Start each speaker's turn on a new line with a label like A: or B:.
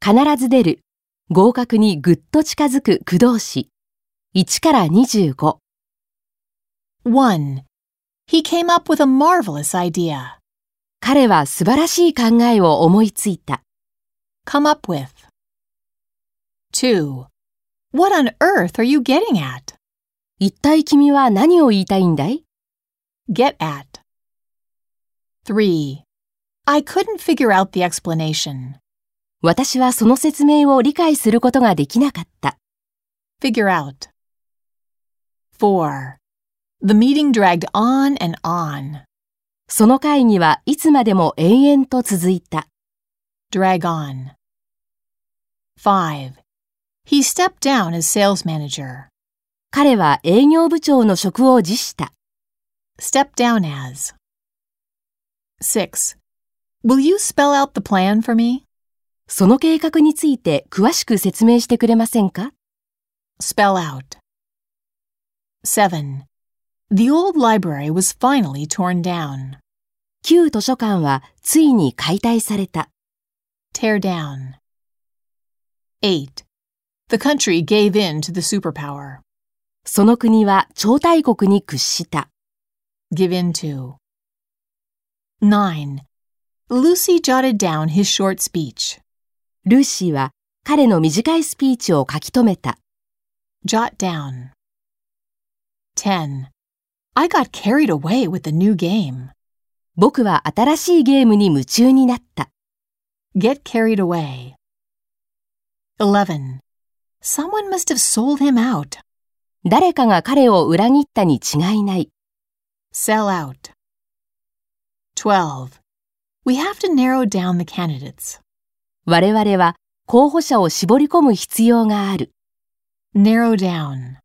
A: 必ず出る、合格にぐっと近づく駆動詞、1から25。
B: 1. He came up with a marvelous idea.
A: 彼は素晴らしい考えを思いついた。
B: Come up with. 2. What on earth are you getting at?
A: 一体君は何を言いたいんだい
B: Get at. 3. I couldn't figure out the explanation.
A: 私はその説明を理解することができなかった。
B: Figure out. 4. The meeting dragged on and on.
A: その会議はいつまでも延々と続いた。
B: Drag on. 5. He stepped down as sales manager.
A: 彼は営業部長の職を辞した。
B: Step down as. 6. Will you spell out the plan for me?
A: その計画について詳しく説明してくれませんか
B: Spell out. 7. The old library was finally torn down.
A: 旧図書館はついに解体された。
B: Tear down. 8. The country gave in to the superpower.
A: その国は超大国に屈した。
B: Give in to. 9. Lucy jotted down his short speech.
A: ルーシーは彼の短いスピーチを書き留めた。
B: Jot down. 10. I got carried away with the new game.
A: 僕は新しいゲームに夢中になった。
B: Get carried away. 11. Someone must have sold him out.
A: 誰かが彼を裏切ったに違いない。
B: Sell out. 12. We have to narrow down the candidates.
A: 我々は候補者を絞り込む必要がある。
B: Narrow down.